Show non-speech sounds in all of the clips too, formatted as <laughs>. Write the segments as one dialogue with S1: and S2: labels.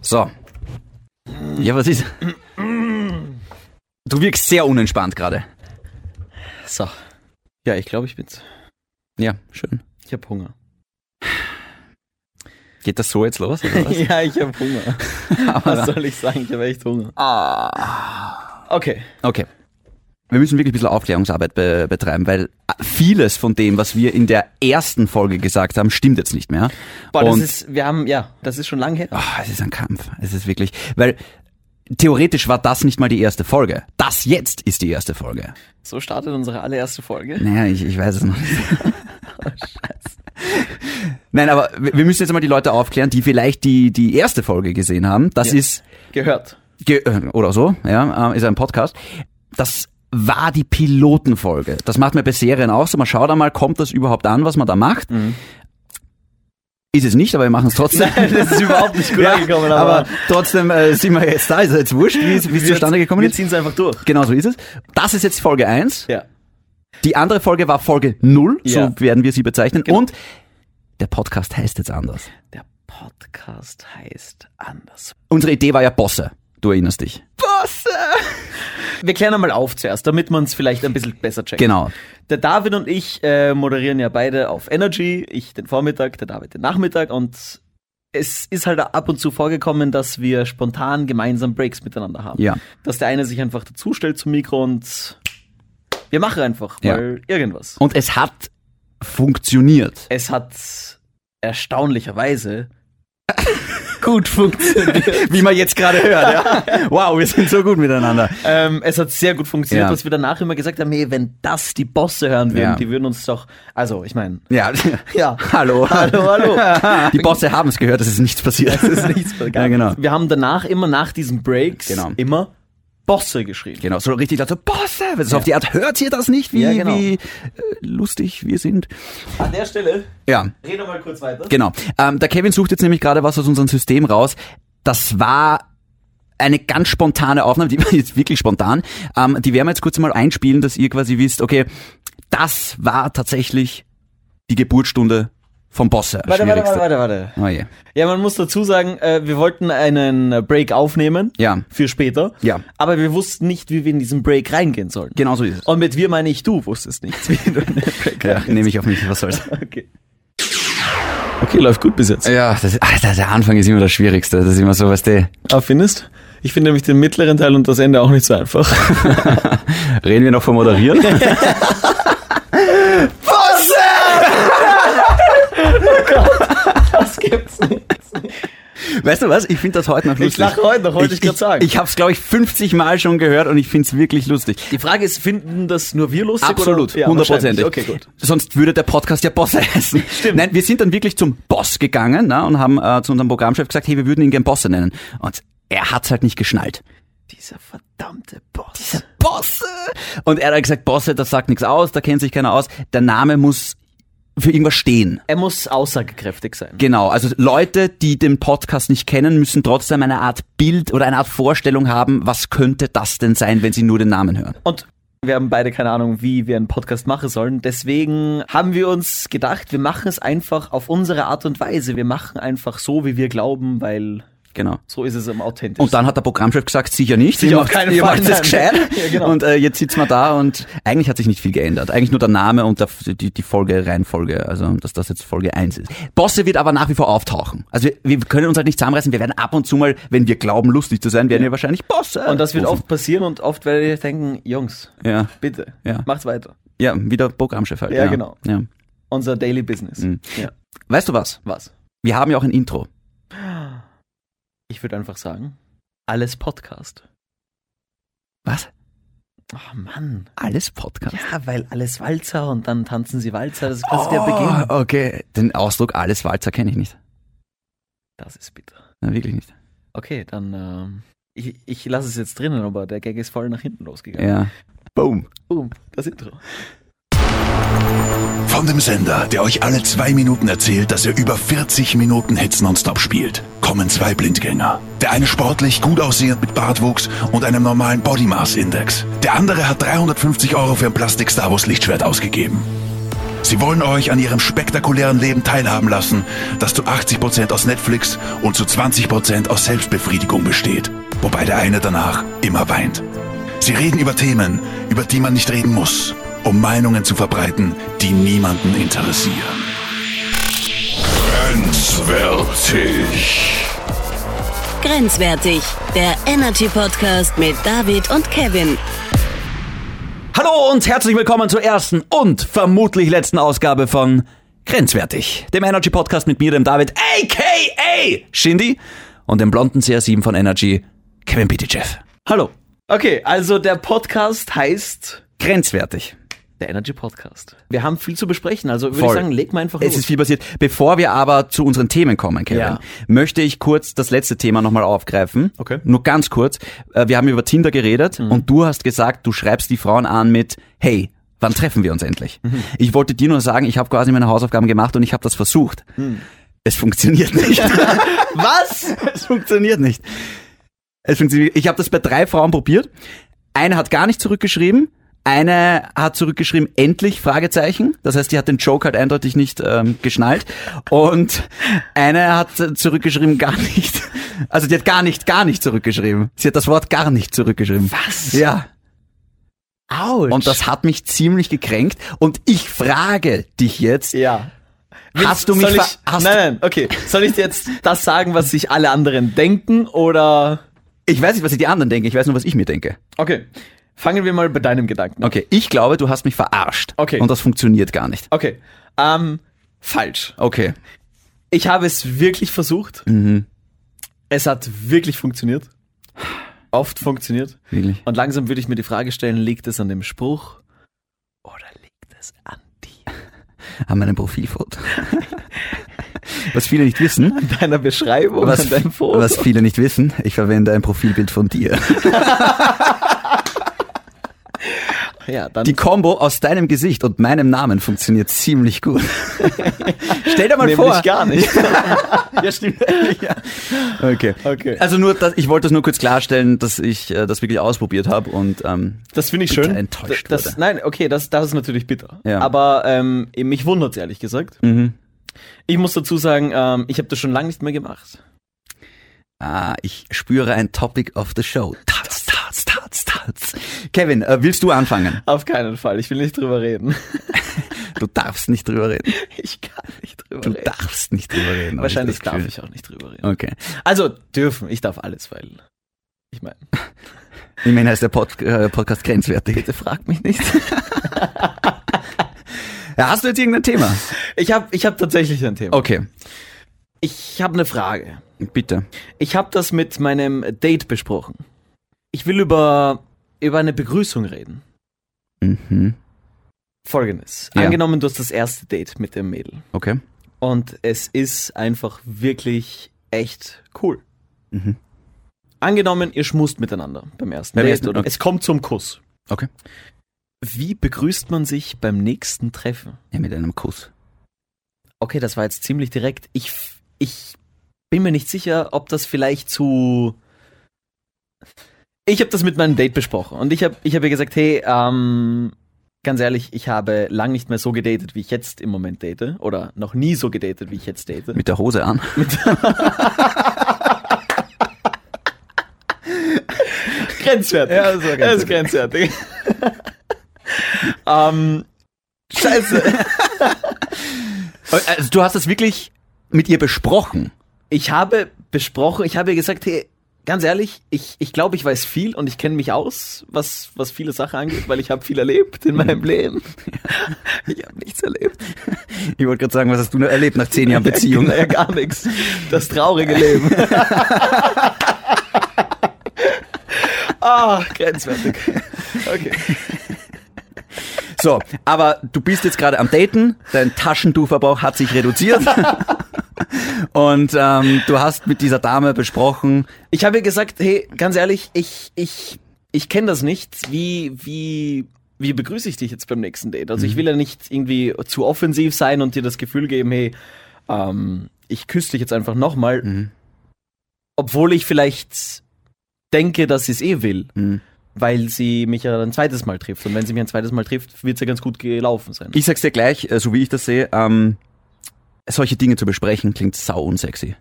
S1: So. Ja, was ist? Du wirkst sehr unentspannt gerade. So.
S2: Ja, ich glaube, ich bin's.
S1: Ja, schön.
S2: Ich habe <laughs> Hunger.
S1: Geht das so jetzt los? Oder was?
S2: ja, ich habe <laughs> Hunger. was soll ich sagen? Ich habe echt Hunger. Okay.
S1: Ah. Okay. Wir müssen wirklich ein bisschen Aufklärungsarbeit be betreiben, weil vieles von dem, was wir in der ersten Folge gesagt haben, stimmt jetzt nicht mehr.
S2: Boah, das
S1: Und-
S2: ist, wir haben, ja, das ist schon lange her.
S1: Ah, es ist ein Kampf. Es ist wirklich, weil theoretisch war das nicht mal die erste Folge. Das jetzt ist die erste Folge.
S2: So startet unsere allererste Folge.
S1: Naja, ich, ich weiß es
S2: <laughs>
S1: noch nicht.
S2: Oh,
S1: Nein, aber wir wir müssen jetzt mal die Leute aufklären, die vielleicht die, die erste Folge gesehen haben. Das
S2: Ja.
S1: ist,
S2: Gehört.
S1: ge äh, oder so, ja, äh, ist ein Podcast. Das war die Pilotenfolge. Das macht man bei Serien auch so. Man schaut einmal, kommt das überhaupt an, was man da macht?
S2: Mhm.
S1: Ist es nicht, aber wir machen es
S2: <laughs>
S1: trotzdem.
S2: Das ist überhaupt nicht
S1: <laughs>
S2: gut
S1: Ja,
S2: angekommen,
S1: aber,
S2: aber,
S1: trotzdem äh, sind wir jetzt da. Ist jetzt wurscht, wie es wie es
S2: wir-
S1: zustande gekommen
S2: Wir
S1: ist.
S2: ziehen es einfach durch.
S1: Genau so ist es. Das ist jetzt Folge 1.
S2: Ja.
S1: Die andere Folge war Folge 0,
S2: Ja. Genau.
S1: so werden wir sie bezeichnen. Und der Podcast heißt jetzt anders.
S2: Der Podcast heißt anders.
S1: Unsere Idee war ja Bosse. Du erinnerst dich.
S2: Wir klären einmal auf zuerst, damit man es vielleicht ein bisschen besser checkt.
S1: Genau.
S2: Der David und ich äh, moderieren ja beide auf Energy. Ich den Vormittag, der David den Nachmittag. Und es ist halt ab und zu vorgekommen, dass wir spontan gemeinsam Breaks miteinander haben.
S1: Ja.
S2: Dass der eine sich einfach dazustellt zum Mikro und wir machen einfach
S1: Ja.
S2: mal irgendwas.
S1: Und es hat funktioniert.
S2: Es hat erstaunlicherweise gut
S1: <laughs>
S2: funktioniert.
S1: Wie man jetzt gerade hört.
S2: <laughs>
S1: Ja. Wow, wir sind so gut miteinander.
S2: ähm, es hat sehr gut funktioniert,
S1: Ja.
S2: dass wir danach immer gesagt haben, hey, wenn das die Bosse hören würden,
S1: Ja.
S2: die würden uns doch, also ich meine,
S1: <laughs> Ja.
S2: ja,
S1: Hallo.
S2: <laughs> hallo, hallo.
S1: Die Bosse haben es gehört, es ist nichts passiert.
S2: Das ist
S1: <laughs>
S2: nichts mehr.
S1: Ja, genau.
S2: Wir haben danach immer nach diesen Breaks
S1: Genau.
S2: immer Bosse geschrieben.
S1: Genau, so richtig dazu, Bosse, so auf die Art, hört ihr das nicht, wie,
S2: Ja, genau.
S1: wie äh, lustig wir sind.
S2: An der Stelle,
S1: Ja,
S2: rede mal kurz weiter.
S1: Genau. Ähm, der Kevin sucht jetzt nämlich gerade was aus unserem System raus. Das war eine ganz spontane Aufnahme, die war jetzt wirklich spontan. Ähm, die werden wir jetzt kurz mal einspielen, dass ihr quasi wisst, okay, das war tatsächlich die Geburtsstunde vom Bosse.
S2: Warte, warte, warte,
S1: Schwierigste.
S2: warte, warte.
S1: Oh je.
S2: Ja, man muss dazu sagen, äh, wir wollten einen Break aufnehmen.
S1: Ja.
S2: Für später.
S1: Ja.
S2: Aber wir wussten nicht, wie wir in diesen Break reingehen sollen.
S1: Genau so ist es.
S2: Und mit wir meine ich, du wusstest nichts, wie du in den Break
S1: Ja, nehme ich auf mich, was soll's.
S2: reingehst. <laughs> Okay. Okay, läuft gut bis jetzt.
S1: Ja, das, Alter, der Anfang ist immer das Schwierigste. Das ist immer so, weißt du,
S2: Ah, findest? Ich finde nämlich den mittleren Teil und das Ende auch nicht so einfach.
S1: reden wir noch vom Moderieren?
S2: <laughs> Das gibt's nicht.
S1: <laughs> Weißt du was? Ich finde das heute noch lustig.
S2: Ich lache heute noch, wollte ich gerade sagen.
S1: Ich, ich habe es, glaube ich, 50 Mal schon gehört und ich finde es wirklich lustig.
S2: Die Frage ist, finden das nur wir lustig?
S1: Absolut,
S2: oder? Ja,
S1: hundertprozentig.
S2: wahrscheinlich. Okay, gut.
S1: Sonst würde der Podcast ja Boss heißen.
S2: <laughs>
S1: Stimmt. Nein, wir sind dann wirklich zum Boss gegangen ne, und haben äh, zu unserem Programmchef gesagt, hey, wir würden ihn gern Bosse nennen. Und er hat's halt nicht geschnallt.
S2: Dieser verdammte Boss.
S1: Bosse! Und er hat halt gesagt, Bosse, das sagt nichts aus, da kennt sich keiner aus. Der Name muss für irgendwas stehen.
S2: er muss aussagekräftig sein.
S1: Genau, also Leute, die den Podcast nicht kennen, müssen trotzdem eine Art Bild oder eine Art Vorstellung haben, was könnte das denn sein, wenn sie nur den Namen hören.
S2: Und wir haben beide keine Ahnung, wie wir einen Podcast machen sollen. Deswegen haben wir uns gedacht, wir machen es einfach auf unsere Art und Weise. Wir machen einfach so, wie wir glauben, weil
S1: Genau.
S2: so ist es am authentischsten.
S1: Und dann hat der Programmchef gesagt, sicher nicht.
S2: Sicher
S1: ihr
S2: auf
S1: macht,
S2: keinen
S1: ihr
S2: Fall,
S1: macht das
S2: nein.
S1: gescheit.
S2: <laughs> Ja, genau.
S1: Und äh, jetzt sitzt man da und eigentlich hat sich nicht viel geändert. Eigentlich nur der Name und der, die, die Folge, Reihenfolge, also dass das jetzt Folge 1 ist. Bosse wird aber nach wie vor auftauchen. Also wir, wir können uns halt nicht zusammenreißen. Wir werden ab und zu mal, wenn wir glauben, lustig zu sein, werden wir wahrscheinlich Bosse.
S2: Und das wird
S1: rufen.
S2: oft passieren und oft werdet ihr denken, Jungs,
S1: Ja,
S2: bitte,
S1: Ja.
S2: macht's weiter.
S1: ja, wieder Programmchef halt.
S2: Ja, genau. Mhm.
S1: Ja.
S2: Unser Daily Business. Ja.
S1: Weißt du was?
S2: Was?
S1: Wir haben ja auch ein Intro.
S2: Ich würde einfach sagen, alles Podcast.
S1: Was?
S2: Ach Mann.
S1: Alles Podcast.
S2: Ja, weil alles Walzer und dann tanzen sie Walzer. Das ist quasi der
S1: Oh,
S2: Beginn.
S1: okay. Den Ausdruck alles Walzer kenne ich nicht.
S2: Das ist bitter.
S1: Na, wirklich nicht.
S2: Okay, dann. Ähm, ich ich lasse es jetzt drinnen, aber der Gag ist voll nach hinten losgegangen.
S1: Ja. Boom.
S2: Boom, das Intro.
S3: Von dem Sender, der euch alle zwei Minuten erzählt, dass er über 40 Minuten Hits nonstop spielt, kommen zwei Blindgänger. Der eine sportlich, gut aussehend mit Bartwuchs und einem normalen Body Mass Index. Der andere hat 350 Euro für ein Plastik Star Wars Lichtschwert ausgegeben. Sie wollen euch an ihrem spektakulären Leben teilhaben lassen, das zu 80% aus Netflix und zu 20% aus Selbstbefriedigung besteht, wobei der eine danach immer weint. Sie reden über Themen, über die man nicht reden muss, um Meinungen zu verbreiten, die niemanden interessieren.
S4: Grenzwertig.
S5: Grenzwertig, der Energy Podcast mit David und Kevin.
S1: Hallo und herzlich willkommen zur ersten und vermutlich letzten Ausgabe von Grenzwertig, dem Energy Podcast mit mir, dem David, aka Shindy und dem blonden CR7 von Energy, Kevin Jeff.
S2: Hallo. Okay, also der Podcast heißt
S1: Grenzwertig.
S2: der Energy Podcast. Wir haben viel zu besprechen, also würde ich
S1: Voll.
S2: sagen, leg mal einfach
S1: Es ist viel passiert. Bevor wir aber zu unseren Themen kommen, Kevin,
S2: Ja.
S1: möchte ich kurz das letzte Thema nochmal aufgreifen.
S2: Okay. Mhm.
S1: Nur ganz kurz. Äh, Wir haben über Tinder geredet und du hast gesagt, du schreibst die Frauen an mit, hey, wann treffen wir uns endlich?
S2: Mhm.
S1: Ich wollte dir nur sagen, ich habe quasi meine Hausaufgaben gemacht und ich habe das versucht.
S2: Mhm.
S1: Es funktioniert
S2: <laughs>
S1: nicht. Was? <laughs> Es funktioniert nicht. Es funktioniert. Ich habe das bei drei Frauen probiert. Eine hat gar nicht zurückgeschrieben. Eine hat zurückgeschrieben, endlich, Fragezeichen. Das heißt, die hat den Joke halt eindeutig nicht ähm, geschnallt. Und eine hat äh, zurückgeschrieben, gar nicht. Also die hat gar nicht, gar nicht zurückgeschrieben. Sie hat das Wort gar nicht zurückgeschrieben.
S2: Was?
S1: Ja.
S2: Autsch.
S1: Und das hat mich ziemlich gekränkt. Und ich frage dich jetzt,
S2: Ja.
S1: hast du mich...
S2: Soll
S1: ver-
S2: ich,
S1: hast du-
S2: nein, nein, okay. Soll ich dir jetzt das sagen, was sich alle anderen denken oder
S1: ich weiß nicht, was sich die anderen denken. Ich weiß nur, was ich mir denke.
S2: Okay. Fangen wir mal bei deinem Gedanken. an.
S1: Okay, ich glaube, du hast mich verarscht.
S2: Okay.
S1: Und das funktioniert gar nicht.
S2: Okay. Ähm, falsch.
S1: Okay. Mhm.
S2: Ich habe es wirklich versucht. Es hat wirklich funktioniert. Oft funktioniert.
S1: Wirklich?
S2: Und langsam würde ich mir die Frage stellen, liegt es an dem Spruch oder liegt es an dir?
S1: <laughs> An meinem Profilfoto. <laughs> Was viele nicht wissen,
S2: Deiner Beschreibung,
S1: was,
S2: an deinem Foto?
S1: was viele nicht wissen, ich verwende ein Profilbild von dir.
S2: ja, dann,
S1: Die Combo aus deinem Gesicht und meinem Namen funktioniert ziemlich gut. <laughs> Stell dir mal
S2: Nämlich
S1: vor.
S2: gar nicht.
S1: <laughs> Ja, stimmt. <laughs> ja. Okay.
S2: Okay.
S1: Also nur, dass, ich wollte das nur kurz klarstellen, dass ich äh, das wirklich ausprobiert habe und ähm,
S2: Das finde ich
S1: Bitter
S2: schön.
S1: enttäuscht
S2: das,
S1: wurde.
S2: Nein, okay, das, das ist natürlich bitter.
S1: Ja.
S2: Aber ähm, mich wundert's ehrlich gesagt. Ich muss dazu sagen, ähm, ich habe das schon lange nicht mehr gemacht.
S1: ah, ich spüre ein Topic of the Show. Tats, tats, tats, tats. Kevin, äh, willst du anfangen?
S2: Auf keinen Fall. Ich will nicht drüber reden. <laughs>
S1: Du darfst nicht drüber reden.
S2: Ich kann nicht drüber
S1: Du
S2: reden.
S1: darfst nicht drüber reden. hab
S2: Wahrscheinlich
S1: das
S2: darf
S1: Gefühl.
S2: ich auch nicht drüber reden.
S1: Okay.
S2: Also dürfen. Ich darf alles, weil ich meine,
S1: Immerhin heißt der Pod äh, Podcast grenzwertig.
S2: bitte frag mich nicht.
S1: Ja, hast du jetzt irgendein Thema?
S2: <laughs> Ich habe ich hab tatsächlich ein Thema.
S1: Okay,
S2: Ich habe eine Frage.
S1: bitte.
S2: Ich habe das mit meinem Date besprochen. Ich will über, über eine Begrüßung reden.
S1: Mhm.
S2: Folgendes.
S1: Ja.
S2: Angenommen, du hast das erste Date mit dem Mädel.
S1: Okay.
S2: Und es ist einfach wirklich echt cool.
S1: Mhm.
S2: Angenommen, ihr schmust miteinander beim ersten
S1: Beim
S2: Date.
S1: ersten,
S2: oder
S1: okay.
S2: Es kommt zum Kuss.
S1: Okay.
S2: Wie begrüßt man sich beim nächsten Treffen?
S1: Ja, mit einem Kuss.
S2: Okay, das war jetzt ziemlich direkt. Ich, f- ich bin mir nicht sicher, ob das vielleicht zu. Ich habe das mit meinem Date besprochen und ich habe ich hab ihr gesagt, hey, ähm, ganz ehrlich, ich habe lang nicht mehr so gedatet, wie ich jetzt im Moment date. Oder noch nie so gedatet, wie ich jetzt date.
S1: Mit der Hose an.
S2: <laughs> grenzwertig.
S1: Ja, das war
S2: Er ist grenzwertig. <laughs> ähm, Scheiße.
S1: Also, du hast das wirklich mit ihr besprochen.
S2: Ich habe besprochen, ich habe ihr gesagt, hey, ganz ehrlich, ich, ich glaube, ich weiß viel und ich kenne mich aus, was, was viele Sachen angeht, weil ich habe viel erlebt in meinem Leben. Ich habe nichts erlebt.
S1: Ich wollte gerade sagen, was hast du nur erlebt nach zehn Jahren Beziehung?
S2: <laughs> Ja, gar nichts. Das traurige Leben. Ah, grenzwertig. Okay.
S1: So, aber du bist jetzt gerade am Daten, dein Taschentuchverbrauch hat sich reduziert. <laughs> Und ähm, du hast mit dieser Dame besprochen,
S2: Ich habe ihr gesagt, hey, ganz ehrlich, ich, ich, ich kenne das nicht. Wie, wie, wie begrüße ich dich jetzt beim nächsten Date? Also ich will ja nicht irgendwie zu offensiv sein und dir das Gefühl geben, hey, ähm, ich küsse dich jetzt einfach nochmal,
S1: Mhm.
S2: obwohl ich vielleicht denke, dass sie es eh will.
S1: Mhm.
S2: weil sie mich ja ein zweites Mal trifft. Und wenn sie mich ein zweites Mal trifft, wird es ja ganz gut gelaufen sein.
S1: Ich sag's dir gleich, äh, so wie ich das sehe, ähm, solche Dinge zu besprechen klingt sau unsexy.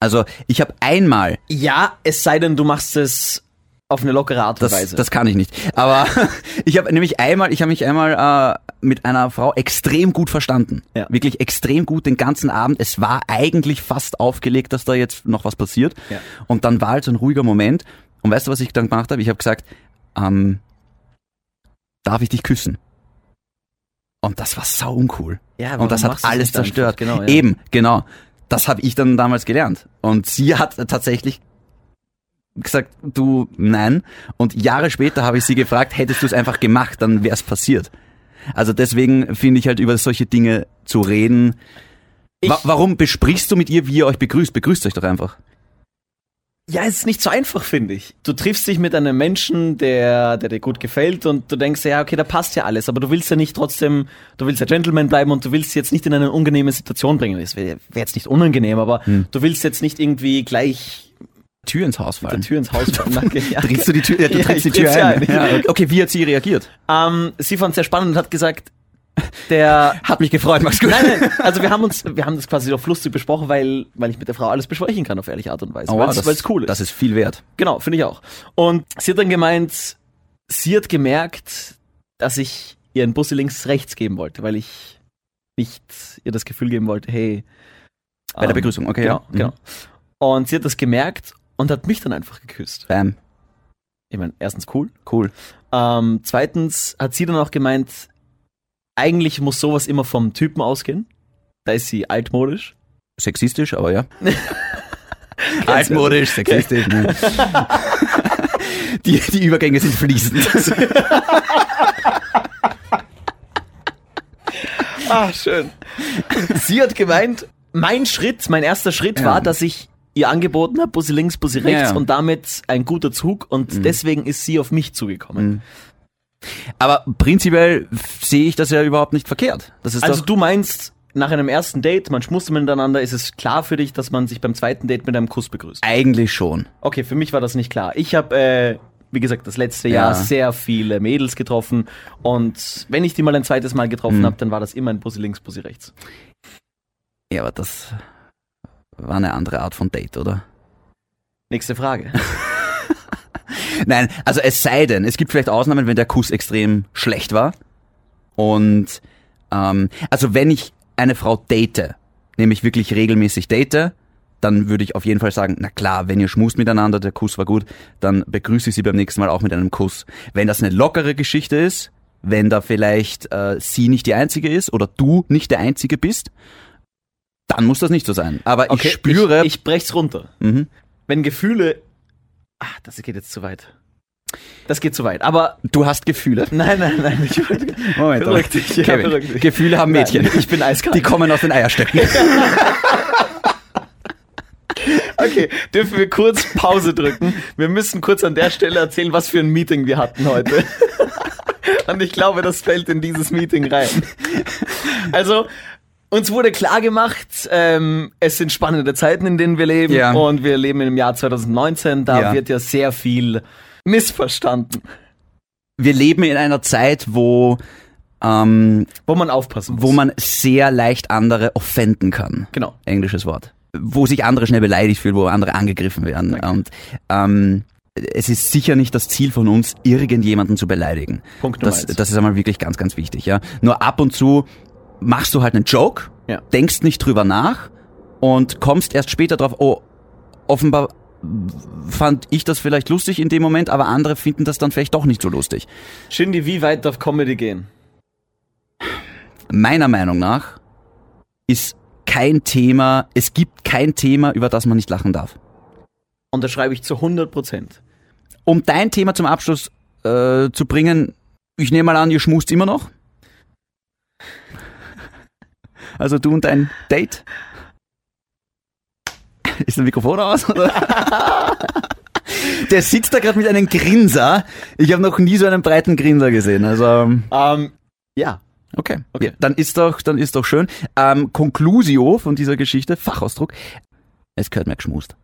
S1: Also ich habe einmal,
S2: ja, es sei denn, du machst es auf eine lockere Art und
S1: das,
S2: Weise.
S1: das kann ich nicht, aber <laughs> ich habe nämlich einmal, ich habe mich einmal äh, mit einer Frau extrem gut verstanden,
S2: Ja.
S1: wirklich extrem gut den ganzen Abend. Es war eigentlich fast aufgelegt, dass da jetzt noch was passiert.
S2: Ja.
S1: Und dann war halt so ein ruhiger Moment. Und weißt du, was ich dann gemacht habe? Ich habe gesagt, ähm, darf ich dich küssen? Und das war sau uncool.
S2: Ja, warum
S1: und das hat
S2: machst du's
S1: alles
S2: nicht einfach?
S1: zerstört.
S2: Genau, ja.
S1: Eben, genau. Das habe ich dann damals gelernt. Und sie hat tatsächlich gesagt, du, nein. Und Jahre später habe ich sie gefragt, hättest du es einfach gemacht, dann wäre es passiert. Also deswegen finde ich halt über solche Dinge zu reden. Wa warum besprichst du mit ihr, wie ihr euch begrüßt? Begrüßt euch doch einfach.
S2: ja, es ist nicht so einfach, finde ich. Du triffst dich mit einem Menschen, der, der dir gut gefällt und du denkst, ja, okay, da passt ja alles, aber du willst ja nicht trotzdem, du willst ja Gentleman bleiben und du willst sie jetzt nicht in eine unangenehme Situation bringen. Das wäre wär jetzt nicht unangenehm, aber
S1: Hm.
S2: du willst jetzt nicht irgendwie gleich
S1: Tür ins Haus
S2: der
S1: fallen. <laughs>
S2: Tür ins Haus nacken. Ja.
S1: Trittst du die Tür, ja, du
S2: Ja,
S1: trittst die
S2: ich
S1: Tür
S2: tritt's
S1: ein.
S2: ja ein.
S1: Ja, okay, wie hat sie reagiert?
S2: Ähm, sie fand es sehr spannend und hat gesagt, der
S1: <laughs> Hat mich gefreut, mach's gut.
S2: Nein, nein, also wir haben uns, wir haben das quasi auf lustig besprochen, weil, weil ich mit der Frau alles besprechen kann auf ehrliche Art und Weise,
S1: Oh, wow,
S2: weil
S1: das-
S2: es cool ist.
S1: Das ist viel wert.
S2: Genau, finde ich auch. Und sie hat dann gemeint, sie hat gemerkt, dass ich ihr einen Bussi links rechts geben wollte, weil ich nicht ihr das Gefühl geben wollte, hey.
S1: Bei der Begrüßung, okay,
S2: Genau,
S1: ja. Mhm.
S2: genau. Und sie hat das gemerkt und hat mich dann einfach geküsst.
S1: Bam,
S2: Ich meine, erstens cool.
S1: cool.
S2: Ähm, zweitens hat sie dann auch gemeint, eigentlich muss sowas immer vom Typen ausgehen. Da ist sie altmodisch.
S1: Sexistisch, aber ja. Altmodisch, sexistisch. ne. die, die Übergänge sind fließend.
S2: Ah, schön. <laughs> Sie hat gemeint, mein Schritt, mein erster Schritt
S1: Ja.
S2: war, dass ich ihr angeboten habe, Bussi links, Bussi rechts
S1: ja. Mhm.
S2: und damit ein guter Zug und deswegen ist sie auf mich zugekommen.
S1: aber prinzipiell sehe ich das ja überhaupt nicht verkehrt. Das ist
S2: Also
S1: doch,
S2: du meinst, nach einem ersten Date, man schmust miteinander, ist es klar für dich, dass man sich beim zweiten Date mit einem Kuss begrüßt?
S1: eigentlich schon.
S2: Okay, für mich war das nicht klar. Ich habe, äh, wie gesagt, das letzte
S1: Ja.
S2: Jahr sehr viele Mädels getroffen und wenn ich die mal ein zweites Mal
S1: Mhm.
S2: getroffen habe, dann war das immer ein Bussi links, Bussi rechts.
S1: Ja, aber das war eine andere Art von Date, oder?
S2: Nächste Frage.
S1: Nein, also es sei denn, es gibt vielleicht Ausnahmen, wenn der Kuss extrem schlecht war. Und ähm, also wenn ich eine Frau date, nämlich wirklich regelmäßig date, dann würde ich auf jeden Fall sagen, na klar, wenn ihr schmust miteinander, der Kuss war gut, dann begrüße ich sie beim nächsten Mal auch mit einem Kuss. Wenn das eine lockere Geschichte ist, wenn da vielleicht äh, sie nicht die Einzige ist oder du nicht der Einzige bist, dann muss das nicht so sein. Aber ich spüre,
S2: Ich, ich brech's runter.
S1: Mhm.
S2: Wenn Gefühle. Ach, das geht jetzt zu weit. Das geht zu weit. Aber <laughs>
S1: du hast Gefühle.
S2: nein, nein, nein. <laughs> Ich
S1: Moment,
S2: Beruhig dich, ja,
S1: Kevin,
S2: beruhig dich.
S1: Gefühle haben Mädchen. <laughs>
S2: Nein, ich bin eiskalt.
S1: Die kommen aus den Eierstöcken.
S2: okay, dürfen wir kurz Pause drücken? Wir müssen kurz an der Stelle erzählen, was für ein Meeting wir hatten <laughs> heute. Und ich glaube, das fällt in dieses Meeting rein. Also, uns wurde klar gemacht, ähm, es sind spannende Zeiten, in denen wir leben.
S1: Ja.
S2: Und wir leben im Jahr 2019. Da
S1: Ja.
S2: wird ja sehr viel missverstanden,
S1: Wir leben in einer Zeit, wo, ähm,
S2: wo man aufpassen muss.
S1: wo man sehr leicht andere offenden kann.
S2: Genau.
S1: Englisches Wort. Wo sich andere schnell beleidigt fühlen, wo andere angegriffen werden. Und ähm, es ist sicher nicht das Ziel von uns, irgendjemanden zu beleidigen.
S2: Punkt Nummer
S1: das,
S2: eins.
S1: das ist einmal wirklich ganz, ganz wichtig. Ja? Nur ab und zu machst du halt einen Joke,
S2: Ja.
S1: denkst nicht drüber nach und kommst erst später drauf, oh, offenbar fand ich das vielleicht lustig in dem Moment, aber andere finden das dann vielleicht doch nicht so lustig.
S2: Shindy, wie weit darf Comedy gehen?
S1: meiner Meinung nach ist kein Thema, es gibt kein Thema, über das man nicht lachen darf.
S2: Und da schreibe ich zu 100 Prozent.
S1: Um dein Thema zum Abschluss äh, zu bringen, ich nehme mal an, ihr schmust immer noch. Also du und dein Date. <laughs> Ist dein Mikrofon aus? Oder? Der sitzt da gerade mit einem Grinser. Ich habe noch nie so einen breiten Grinser gesehen. Also ähm,
S2: Ähm, ja.
S1: Okay.
S2: Okay.
S1: Ja, dann ist doch, dann ist doch schön. Ähm, Conclusio von dieser Geschichte, Fachausdruck. Es gehört mir geschmust.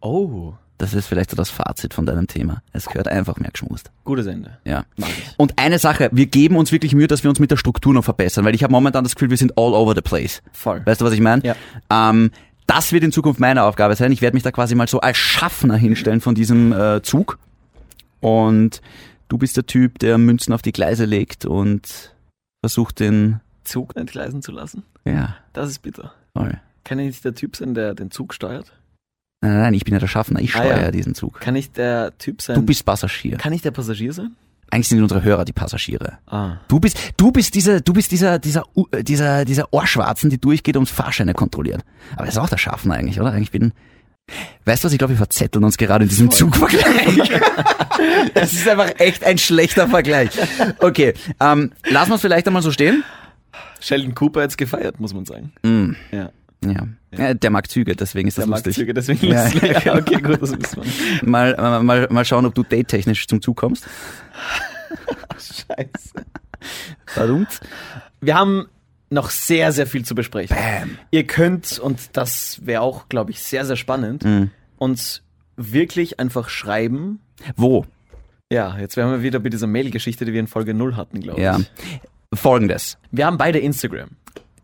S2: Oh.
S1: Das ist vielleicht so das Fazit von deinem Thema. Es gehört einfach mehr geschmust.
S2: Gutes Ende.
S1: Ja.
S2: Mag ich.
S1: Und eine Sache, wir geben uns wirklich Mühe, dass wir uns mit der Struktur noch verbessern, weil ich habe momentan das Gefühl, wir sind all over the place.
S2: Voll.
S1: Weißt du, was ich meine?
S2: Ja.
S1: Ähm, das wird in Zukunft meine Aufgabe sein. Ich werde mich da quasi mal so als Schaffner hinstellen von diesem äh, Zug. Und du bist der Typ, der Münzen auf die Gleise legt und versucht den,
S2: Zug entgleisen zu lassen?
S1: ja,
S2: Das ist bitter.
S1: voll.
S2: Kann ich nicht der Typ sein, der den Zug steuert?
S1: Nein, nein, nein, ich bin ja der Schaffner. Ich
S2: Ah,
S1: steuere
S2: ja.
S1: diesen Zug.
S2: Kann ich der Typ sein?
S1: Du bist Passagier.
S2: Kann ich der Passagier sein?
S1: Eigentlich sind unsere Hörer die Passagiere.
S2: Ah.
S1: Du bist, du bist dieser, du bist dieser, dieser, U- äh, dieser, dieser Ohrschwarzen, die durchgeht und Fahrscheine kontrolliert. Aber das ist auch der Schaffner eigentlich, oder? Eigentlich bin, weißt du was, ich glaube, wir verzetteln uns gerade in diesem Zugvergleich. das ist einfach <laughs> echt ein schlechter Vergleich. Okay, ähm, lassen wir es vielleicht einmal so stehen.
S2: Sheldon Cooper hat's gefeiert, muss man sagen.
S1: Mm,
S2: Ja.
S1: ja. ja, der mag Züge, deswegen ist das
S2: der mag
S1: lustig.
S2: Züge, deswegen
S1: Ja,
S2: ist
S1: <laughs>
S2: es ja, Okay, gut, das wissen wir.
S1: Mal, mal, mal, mal schauen, ob du date-technisch zum Zug kommst.
S2: Scheiße.
S1: Warum?
S2: Wir haben noch sehr, sehr viel zu besprechen. Ihr könnt, und das wäre auch, glaube ich, sehr, sehr spannend,
S1: Hm.
S2: uns wirklich einfach schreiben.
S1: Wo?
S2: Ja, jetzt wären wir wieder bei dieser Mail-Geschichte, die wir in Folge 0 hatten, glaube
S1: Ja.
S2: ich.
S1: Folgendes.
S2: Wir haben beide Instagram.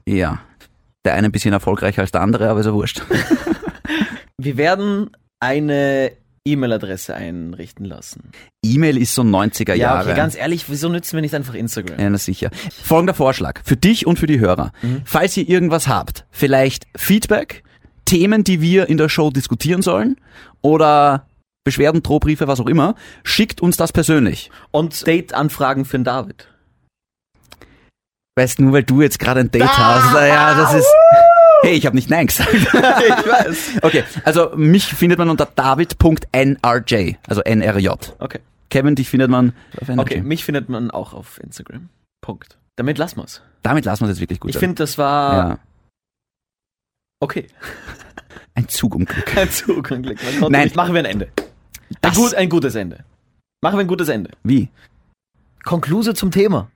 S1: Ja. Der eine ein bisschen erfolgreicher als der andere, aber ist ja wurscht.
S2: Wir werden eine E-Mail-Adresse einrichten lassen.
S1: E-Mail ist so 90er
S2: Ja,
S1: Jahre.
S2: okay, ganz ehrlich, wieso nützen wir nicht einfach Instagram?
S1: ja, na sicher. Folgender Vorschlag für dich und für die Hörer.
S2: Mhm.
S1: Falls ihr irgendwas habt, vielleicht Feedback, Themen, die wir in der Show diskutieren sollen oder Beschwerden, Drohbriefe, was auch immer, schickt uns das persönlich.
S2: Und Date-Anfragen für den David.
S1: Weißt nur, weil du jetzt gerade ein Date
S2: Ah,
S1: hast. Ja, das ist. Hey, ich habe nicht Nein
S2: <laughs>
S1: gesagt.
S2: ich weiß.
S1: Okay, also mich findet man unter david.nrj, also NRJ.
S2: Okay.
S1: Kevin, dich findet man auf NRJ.
S2: Okay, mich findet man auch auf Instagram. Punkt. Damit lassen wir's.
S1: Damit lassen wir es jetzt wirklich gut.
S2: Ich äh,
S1: sein.
S2: finde, das war
S1: ja,
S2: okay. <laughs>
S1: ein um Zugunglück.
S2: Kein Zug und Glück. Man konnte
S1: Nein.
S2: Nicht. Machen wir ein Ende. Ein,
S1: Das-
S2: gut, ein gutes Ende. Machen wir ein gutes Ende.
S1: Wie?
S2: Konklusion zum Thema.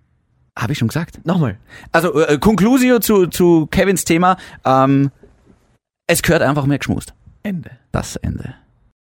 S1: Habe ich schon gesagt.
S2: Nochmal.
S1: Also, äh, Conclusio zu, zu Kevins Thema. Ähm, es gehört einfach mehr geschmust.
S2: Ende.
S1: Das Ende.